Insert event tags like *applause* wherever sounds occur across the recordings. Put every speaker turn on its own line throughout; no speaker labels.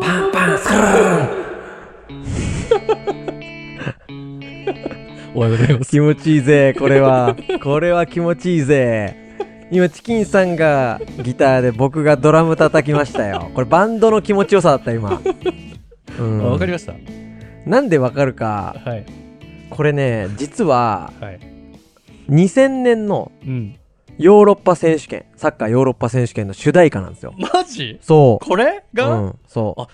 パンパンスクーン
おはようございます。
*laughs* 気持ちいいぜ、これは。これは気持ちいいぜ。今、チキンさんがギターで僕がドラム叩きましたよ。これバンドの気持ちよさだった、今。う
あわかり
ん、
ました。
なんでわかるか
はい。
これね実は
はい。
2000年の
うん。
ヨーロッパ選手権サッカーヨーロッパ選手権の主題歌なんですよ
マジ
そう
これが、
うん、そ
あ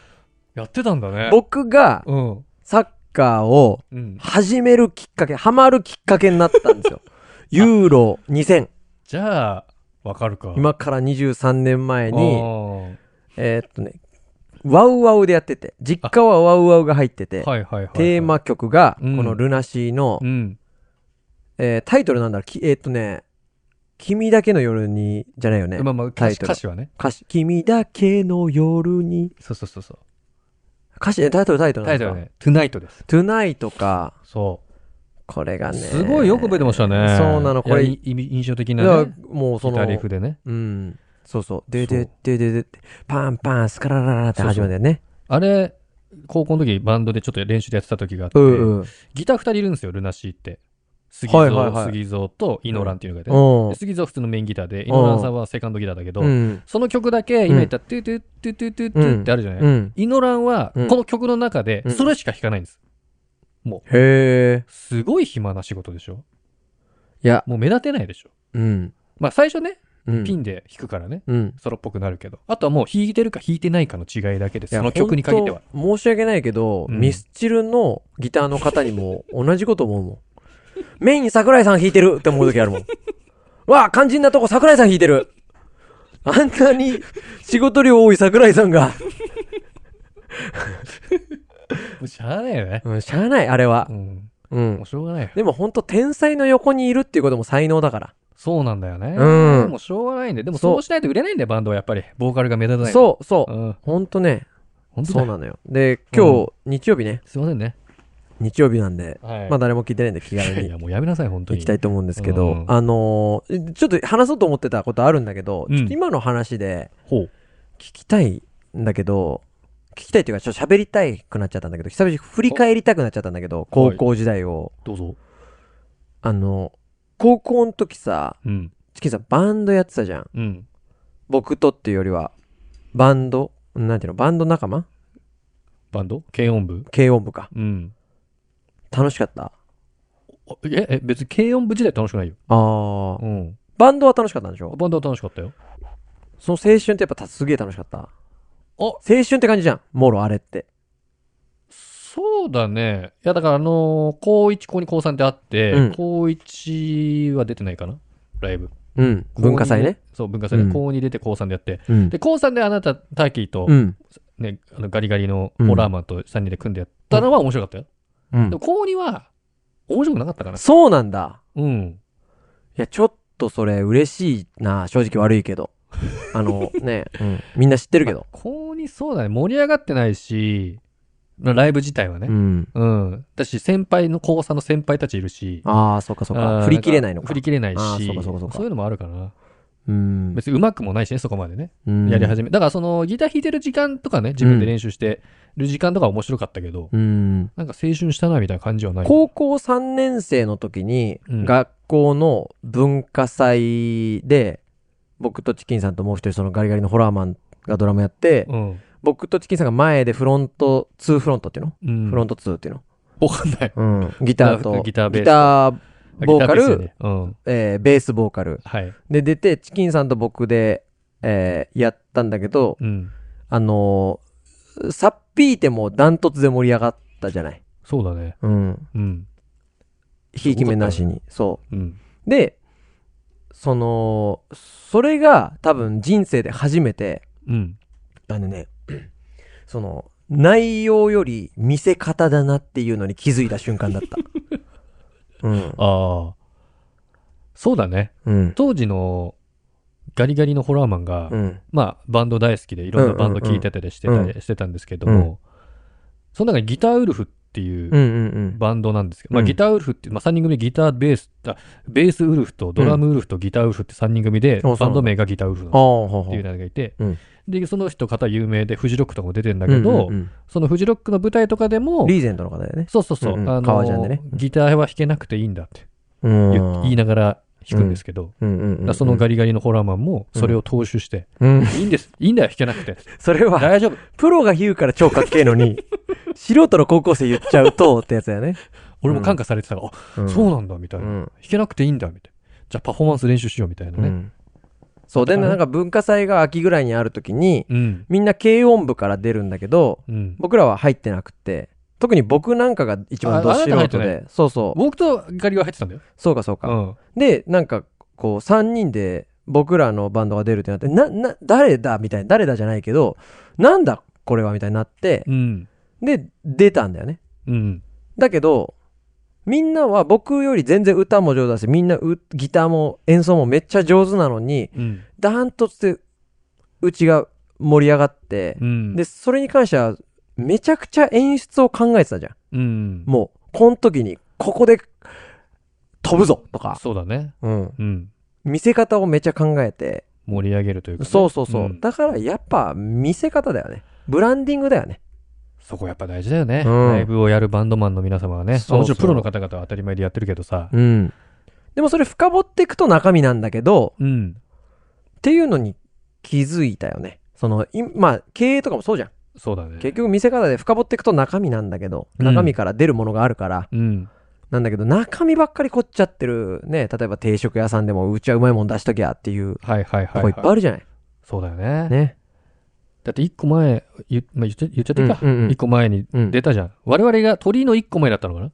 やってたんだね
う。僕が
うん。
サッカーを
うん。
始めるきっかけハマるきっかけになったんですよユーロ2000
じゃあ、わかるか。
今から23年前に
に。
えーっとねワウワウでやってて実家はワウワウが入ってて
はいはいはい。
テー。マ曲がこの
うん
ルナシーの、
うん。
えータイトルなんだろうきえーっとね君だけの夜にじゃないよね
まあまあ、歌
タイ
詞
トル
歌詞はね。
歌詞、君だけの夜に。
そうそうそうそう。
歌詞ね、タイトルタイトルな
タイ
んで
ト
すか
ルね、トゥナイトです。
トゥナイトか。
そ
これが
う。
ね。
すごいよく覚えてましたね。
そうなのこれ
いやいい印象的
い
な
や
ね。
もうそ
ギタリ
の
フ、でね。
うん。そうそう。で、
そう
で、で、で、で、パンパン、スカララララって始まるんだよね。
あれ、高校の時バンドでちょっと練習でやってた時があって、
うんうん。
ギター二人いるんですよ、ルナシーって。杉
はいはいは
蔵、
い
杉蔵とイノランっていうのがいて
う。ん
で杉蔵は普通のメインギターで、イノランさんはセカンドギターだけど
う、ん。
その曲だけ、今言った、トゥトゥトゥトゥトゥトゥってあるじゃない
うん。
イノランは、
うん
この曲の中で
うん、
それしか弾かないんです。
へえ。
すごい暇な仕事でしょ
いや、
もう目立てないでしょ
うん。
まあ最初ね、
うん。
ピンで弾くからね、
うん。
ソロっぽくなるけど。あとはもう弾いてるか弾いてないかの違いだけです。
いや
その曲に限っては。。
ほんと申し訳ないけど、
うん
ミスチルのギターの方にも *laughs* 同じこと思うもん。メイン桜井さん弾いてるって思う時
*laughs*
あるもん。わあ、肝心なとこ桜井さん弾いてる。あんなに仕事量多い桜井さんが。
もうしゃあないよね。
うん、しゃあない、あれは
う。ん。
う。
もうんしょうがないよ。
でもほんと天才の横にいるっていうことも才能だから。
そうなんだよね。
うん
もうしょうがないんで。でも
そう
そうしないと売れないんだよ、バンドはやっぱり。ボーカルが目立たない。う。
そう、そうう。
ん。
ほんとね、
本当
そう
だ。
なのよ。で、今日、日曜日ね。
すいませんね。
日曜日なんで、
はい。
まあ誰も聞いてないんで気
いや
軽
い
に
や、もうやめなさい、本当
*laughs* 行
に。
きたいと思うんですけど、
うん
あのーちょっと話そうと思ってたことあるんだけど、
うん
ちょっと今の話で
ほう。
聞きたいんだけど、聞きたいっていうか、ちょっと喋りたいくなっちゃったんだけど、久々に振り返りたくなっちゃったんだけど、高校時代を。
どうぞ。
あの、高校の時さ、
うん。
チキンさんバンドやってたじゃん。
うん。
僕とっていうよりは、バンド、なんていうの、バンド仲間
バンド軽音部
軽音部か。
うん。
楽しかった。
おえ、え、別に軽音部時代楽しくないよ。
あー。
うん。
バンドは楽しかったんでしょ
バンドは楽しかったよ。
その青春ってやっぱすげえ楽しかった。
お
青春って感じじゃん。もろあれって。
そうだね。いや、だから、あのー高1、高2、高3ってあって、
うん
高1は出てないかなライブ。
うん。文化祭
高二
ね。
で。そう、文化祭で、
うん
高2出て高3でやって。
うん
で、高3であなた、ターキーと、
うん。
ね、あのガリガリの
うん
ホラーマンと3人で組んでやったのは面白かったよ。
うん
でも、高2は、面白くなかったかな。
そうなんだ。
うん。
いや、ちょっとそれ嬉しいな。正直悪い
*laughs*
けど。あの、ね、うん、みんな知ってるけど。
高2、そうだね。盛り上がってないし、まあライブ自体は
う
ね。
ん。
うん。だし、先輩の、高3の先輩たちいるし。
ああ、そうかそう
あ
か。
ー
振り切れないのか
振り。切れない
あ
し。
ーそうかそうかそうか
いうのもあるかな。
うん。
別に上手くもないしね、そこまでね。
うん
やり始め。だからそのギター弾いてる時間とかね、自分で練習してる時間とかは面白かったけど、
うん。
なんか青春したなみたいな感じはない。
高校3年生の時に、
うん
学校の文化祭で、僕とチキンさんともう一人そのガリガリのホラーマンがドラムやって、
うん。
僕とチキンさんが前でフロント、2フロントっていうの、
うん。
フロント2っていうの
わかんない。
うん。ギターと、
ギターベースと
ターボーカル
ギターベースだねうん。
えーベースボーカル。
はい。
で、出て、チキンさんと僕で、えーやったんだけど、
うん。
あのーさっぴいてもダントツで盛り上がったじゃない。
そうだね。
うん。
うん。
ひいき目なしに。そ
うん。
う。で、その、それが多分人生で初めて、
うん。
あのね、 *clears throat* その、内容より見せ方だなっていうのに気づいた瞬間だ
*laughs*
った。うん。
ああ。そうだね。
うん。
当時のガリガリのホラーマンが、
うん。
まあバンド大好きでいろんなバンド聴いてたりしてた
うんうん
りしてたんですけども、その中にギターウルフっっていう
うんうん
バンドなんですけど、まあ、
うん
ギターウルフって、まあ、3人組でギター、ベース、あベースウルフとドラムウルフとギターウルフって3人組で、
そうなんだ
バンド名がギターウルフなん
あ
ですよ
あ、は
っていうのがいて、
うん
で、その人方有名で、フジロックとかも出てるんだけど、そのフジロックの舞台とかでも、
リーゼントの方だよね。
そうそうそう、
うんうん
あ
革ジャンでね
の、ギターは弾けなくていいんだって
う
言,、
ん。
言いながら弾くんですけど、
うんうん
だ
う
から
ん。
そのガリガリのホラーマンもそれを踏襲して、
うん。
いいんです、いいんだよ、弾けなく
*laughs*
て。
それは、
大丈夫。
プロが言うから超かっけえの
*laughs*
に、素人の高校生言っちゃうと、ってやつだよね。
俺も感化されてたから、あ、そうなんだ、みたいな、
うん
弾けなくていいんだ、みたいな。じゃあパフォーマンス練習しよう、みたいな
う
ね。
ん。そう、で、なんか文化祭が秋ぐらいにあるときに、
うん。
みんな軽音部から出るんだけど、
うん。
僕らは入ってなくて、特に僕なんかが一番ど素
ああな
人
た入って
で、そうそう、
僕とガリは入ってたんだよ。
そうかそう
う
か。
ん。
で、なんか、こう、3人で僕らのバンドが出るってなって、な、な、誰だみたいな、誰だじゃないけど、なんだこれはみたいになって
う、ん。
で、出たんだよね。
うん。
だけど、みんなは僕より全然歌も上手だし、みんなうギターも演奏もめっちゃ上手なのに、
うん。
ダーンとして、うちが盛り上がって、
うん。
で、それに関しては、めちゃくちゃ演出を考えてたじゃん。
うん。
もう、この時に、ここで、飛ぶぞとか、
そうだね。
うん。
うん。
見せ方をめっちゃ考えて、
盛り上げるというかね、
そうそうそう。
ん
だからやっぱ見せ方だよね。ブランディングだよね。
そこやっぱ大事だよね、
うん
ライブをやるバンドマンの皆様はね。
そうそう
もちろんプロの方々は当たり前でやってるけどさ。
うん。でもそれ深掘っていくと中身なんだけど、
うん。
っていうのに気づいたよね。その、いまあ、経営とかもそうじゃん。
そうだね。
結局見せ方で深掘っていくと中身なんだけど、
うん
中身から出るものがあるから、
うん。
なんだけど、中身ばっかり凝っちゃってる、ね、例えば定食屋さんでも、うちはうまいもん出しときゃっていう、
はいはいはい、
とこ
はい
っぱいあるじゃない。
そうだよね。
ね。
だって一個前、言,、まあ、言っちゃ言っちゃっていいか。一、
うんうんうん
個前に
うん
出たじゃん。我々が鳥居の一個前だったのかな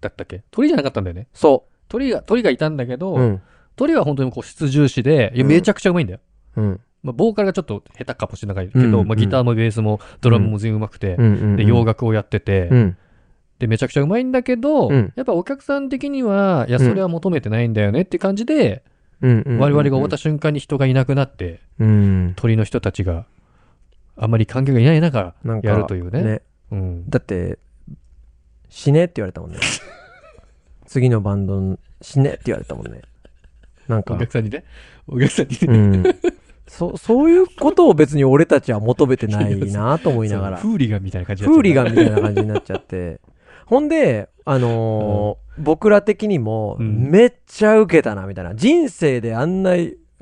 だったっけ鳥居じゃなかったんだよね。
そ
鳥居が、鳥居がいたんだけど、
う。うん。
鳥居は本当にこう質重視で、いや
うん
めちゃくちゃうまいんだよ。
うん。
まあ、ボーカルがちょっと下手かもしれないけ
うん
ど、
うん
まあ、ギターもベースもドラムも全員うまくて、
うん。
で、洋楽をやってて、
うん。
で、めちゃくちゃうまいんだけど、
うん
やっぱお客さん的には、いや、それは求めてないんだよねって感じで、
うん。うん。
我々が終わった瞬間に人がいなくなって、
うん。
鳥の人たちがあまり関係がいない中、
なんか
やるというね
ね
うん。
だって、死ねって言われたもん
*laughs*
ね。次のバンドの死ねって言われたもんね。なん
お
か、
客さんにね、お客さんに
う
ね、
ん。そ、そういうことを別に俺たちは求めてないなと思いながら。
フーリガンみたいな感じになっちゃう
フーリガンみたいな感じになっちゃって。ほんで、あのー僕ら的にも、
うん
めっちゃ受けたな、みたいな。人生であんな、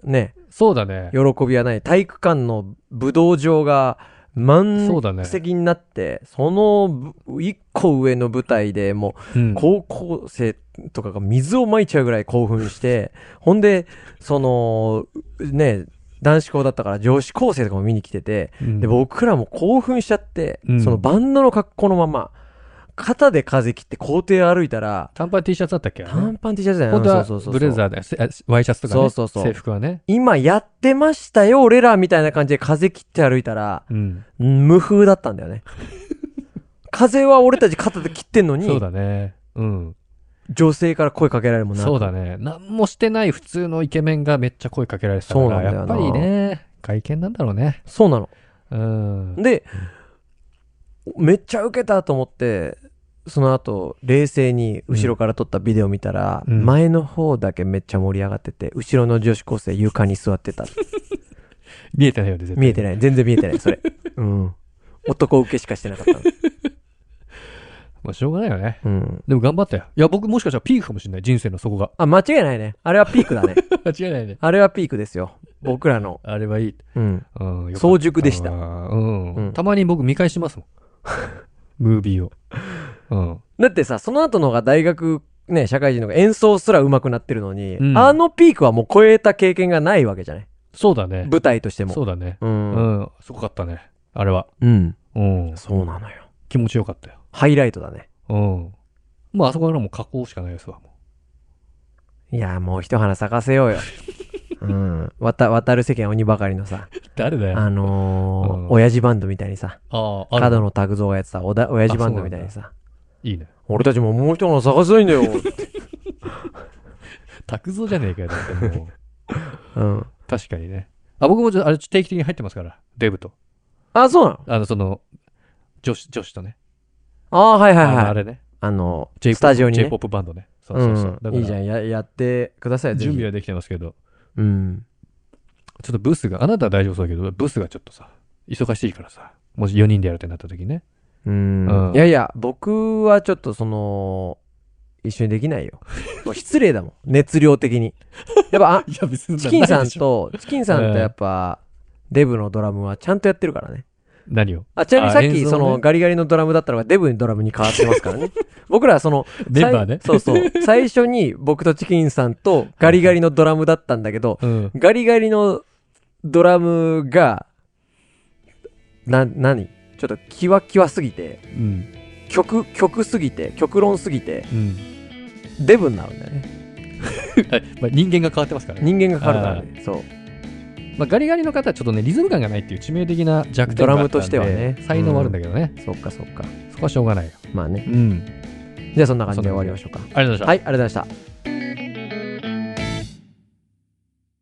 ね、
そうだね。
喜びはない。体育館の武道場が
そ
満
うだね
席になって、そ,、の一個上の舞台でも
うん
う高校生とかが水をまいちゃうぐらい興奮して、 *laughs* ほんで、その、ね、男子校だったから女子高生とかも見に来てて、
うん
で、僕らも興奮しちゃって、
うん
そのバンドの格好のまま、肩で風切って校庭歩いたら、
短パン T シャツだったっけ
短パン T シャツだよ
本当は
そうそうそうそう
ブレザーで、せあワイシャツとかね。
そうそうそう
制服はね。
今やってましたよ、俺らみたいな感じで風切って歩いたら、
うん。
無風だったんだよね。風は俺たち肩で切ってんの
そう
に、
だね。うん。
女性から声かけられるもんな。
そうだね。何もしてない普通のイケメンがめっちゃ声かけられてたか
そうなん
ら、
だよな
やっぱりね、外見なんだろうね。
そうなの。
うん。
で、めっちゃウケたと思って、その後、冷静に後ろから撮ったビデオ見たら、
うん
前の方だけめっちゃ盛り上がってて、後ろの女子高生床に座ってた。
見えてないよね、絶対。
見えてない。全然見えてない、
*laughs*
それ。うん。男受けしかしてなかったの。
まあ、しょうがないよね。
うん。
でも頑張ったよ。いや、僕もしかしたらピークかもしれない、人生の底が。 *laughs*
あ、間違いないね。あれはピークだね。
間違いないね。
あれはピークですよ。僕らの。
あれはいい。
うん。
うん、
早熟でした
よかったなうん、
うん
たまに僕見返しますもん。 *laughs* ムービーを。うん。
だってさ、その後のが大学、ね、社会人のが演奏すら上手くなってるのに、
うん
あのピークはもう超えた経験がないわけじゃない
そうだね。
舞台としても。
そうだね。
う。
うんん。すごかったね。あれは。
うん。
うん。
そうなのよ。
気持ちよかったよ。
ハイライトだね。
うん。まあ、あそこからもう加工しかないですわ。も
いや、もう一花咲か
*laughs*
せようよ。うん。わた、渡る世間鬼ばかりのさ、
う誰だよ。あ
あのー
うん
親父バンドみたいにさ、
あ、ある
角野拓造がやってたおだ親父バンドみたいにさ、
いいね。
俺たちももう一花咲かせないんだよ。
拓造じゃねえかよ。だってもう
うん。
*laughs* 確かにね。あ、僕もちょっとあれ定期的に入ってますから。デブと。
あ、そうなの
あの、その、女子、女子とね。
ああ、はいはい
あの
は
あ
い。
れね。
あの、
J-POP
スタジオにね
J-POP バンドね。そう
う
そうそう。だ
ん。
から
いいじゃん。や、やってください。
準備
は。
はできてますけど、
うん。
ちょっとブスが、あなたは大丈夫そうだけど、ブスがちょっとさ、忙しいからさ、もし4人でやるってなった時ね。
うん
う。ん
いやいや、僕はちょっとその、一緒にできな
*laughs*
いよ。もう失礼だもん。熱量的に。や
*laughs*
っぱ、あ
いや、別に
チキンさん。と、チキンさんとやっぱ、デブのドラムはちゃんとやってるからね。
何を
あ、ちなみにさっ
あ映
き、
像ね
その、ガリガリのドラムだったのがデブのドラムに変わってま
*laughs*
すからね。僕らはその、
メンバーね。
さいそうそう。最初に僕とチキンさんとガリガリのドラムだったんだけど、
うん。
ガリガリのドラムが、な、何ちょっとキワキワすぎて、
うん。
曲、曲すぎて、極論すぎて、
うん。
デブになるんだよね。
はいまあ、人間が変わってますからね。
人間が変わるからね。そう。
まあ、ガリガリの方はちょっとね、リズム感がないっていう致命的な弱点があったんで
ドラムとしてはね
才能はあるんだけどね。
そっかそっか。
そこはしょうがないよ。
まあね。
うん。
じゃあそんな感じで終わりましょうか。
ありがとうございました。
はい、ありがとうございました。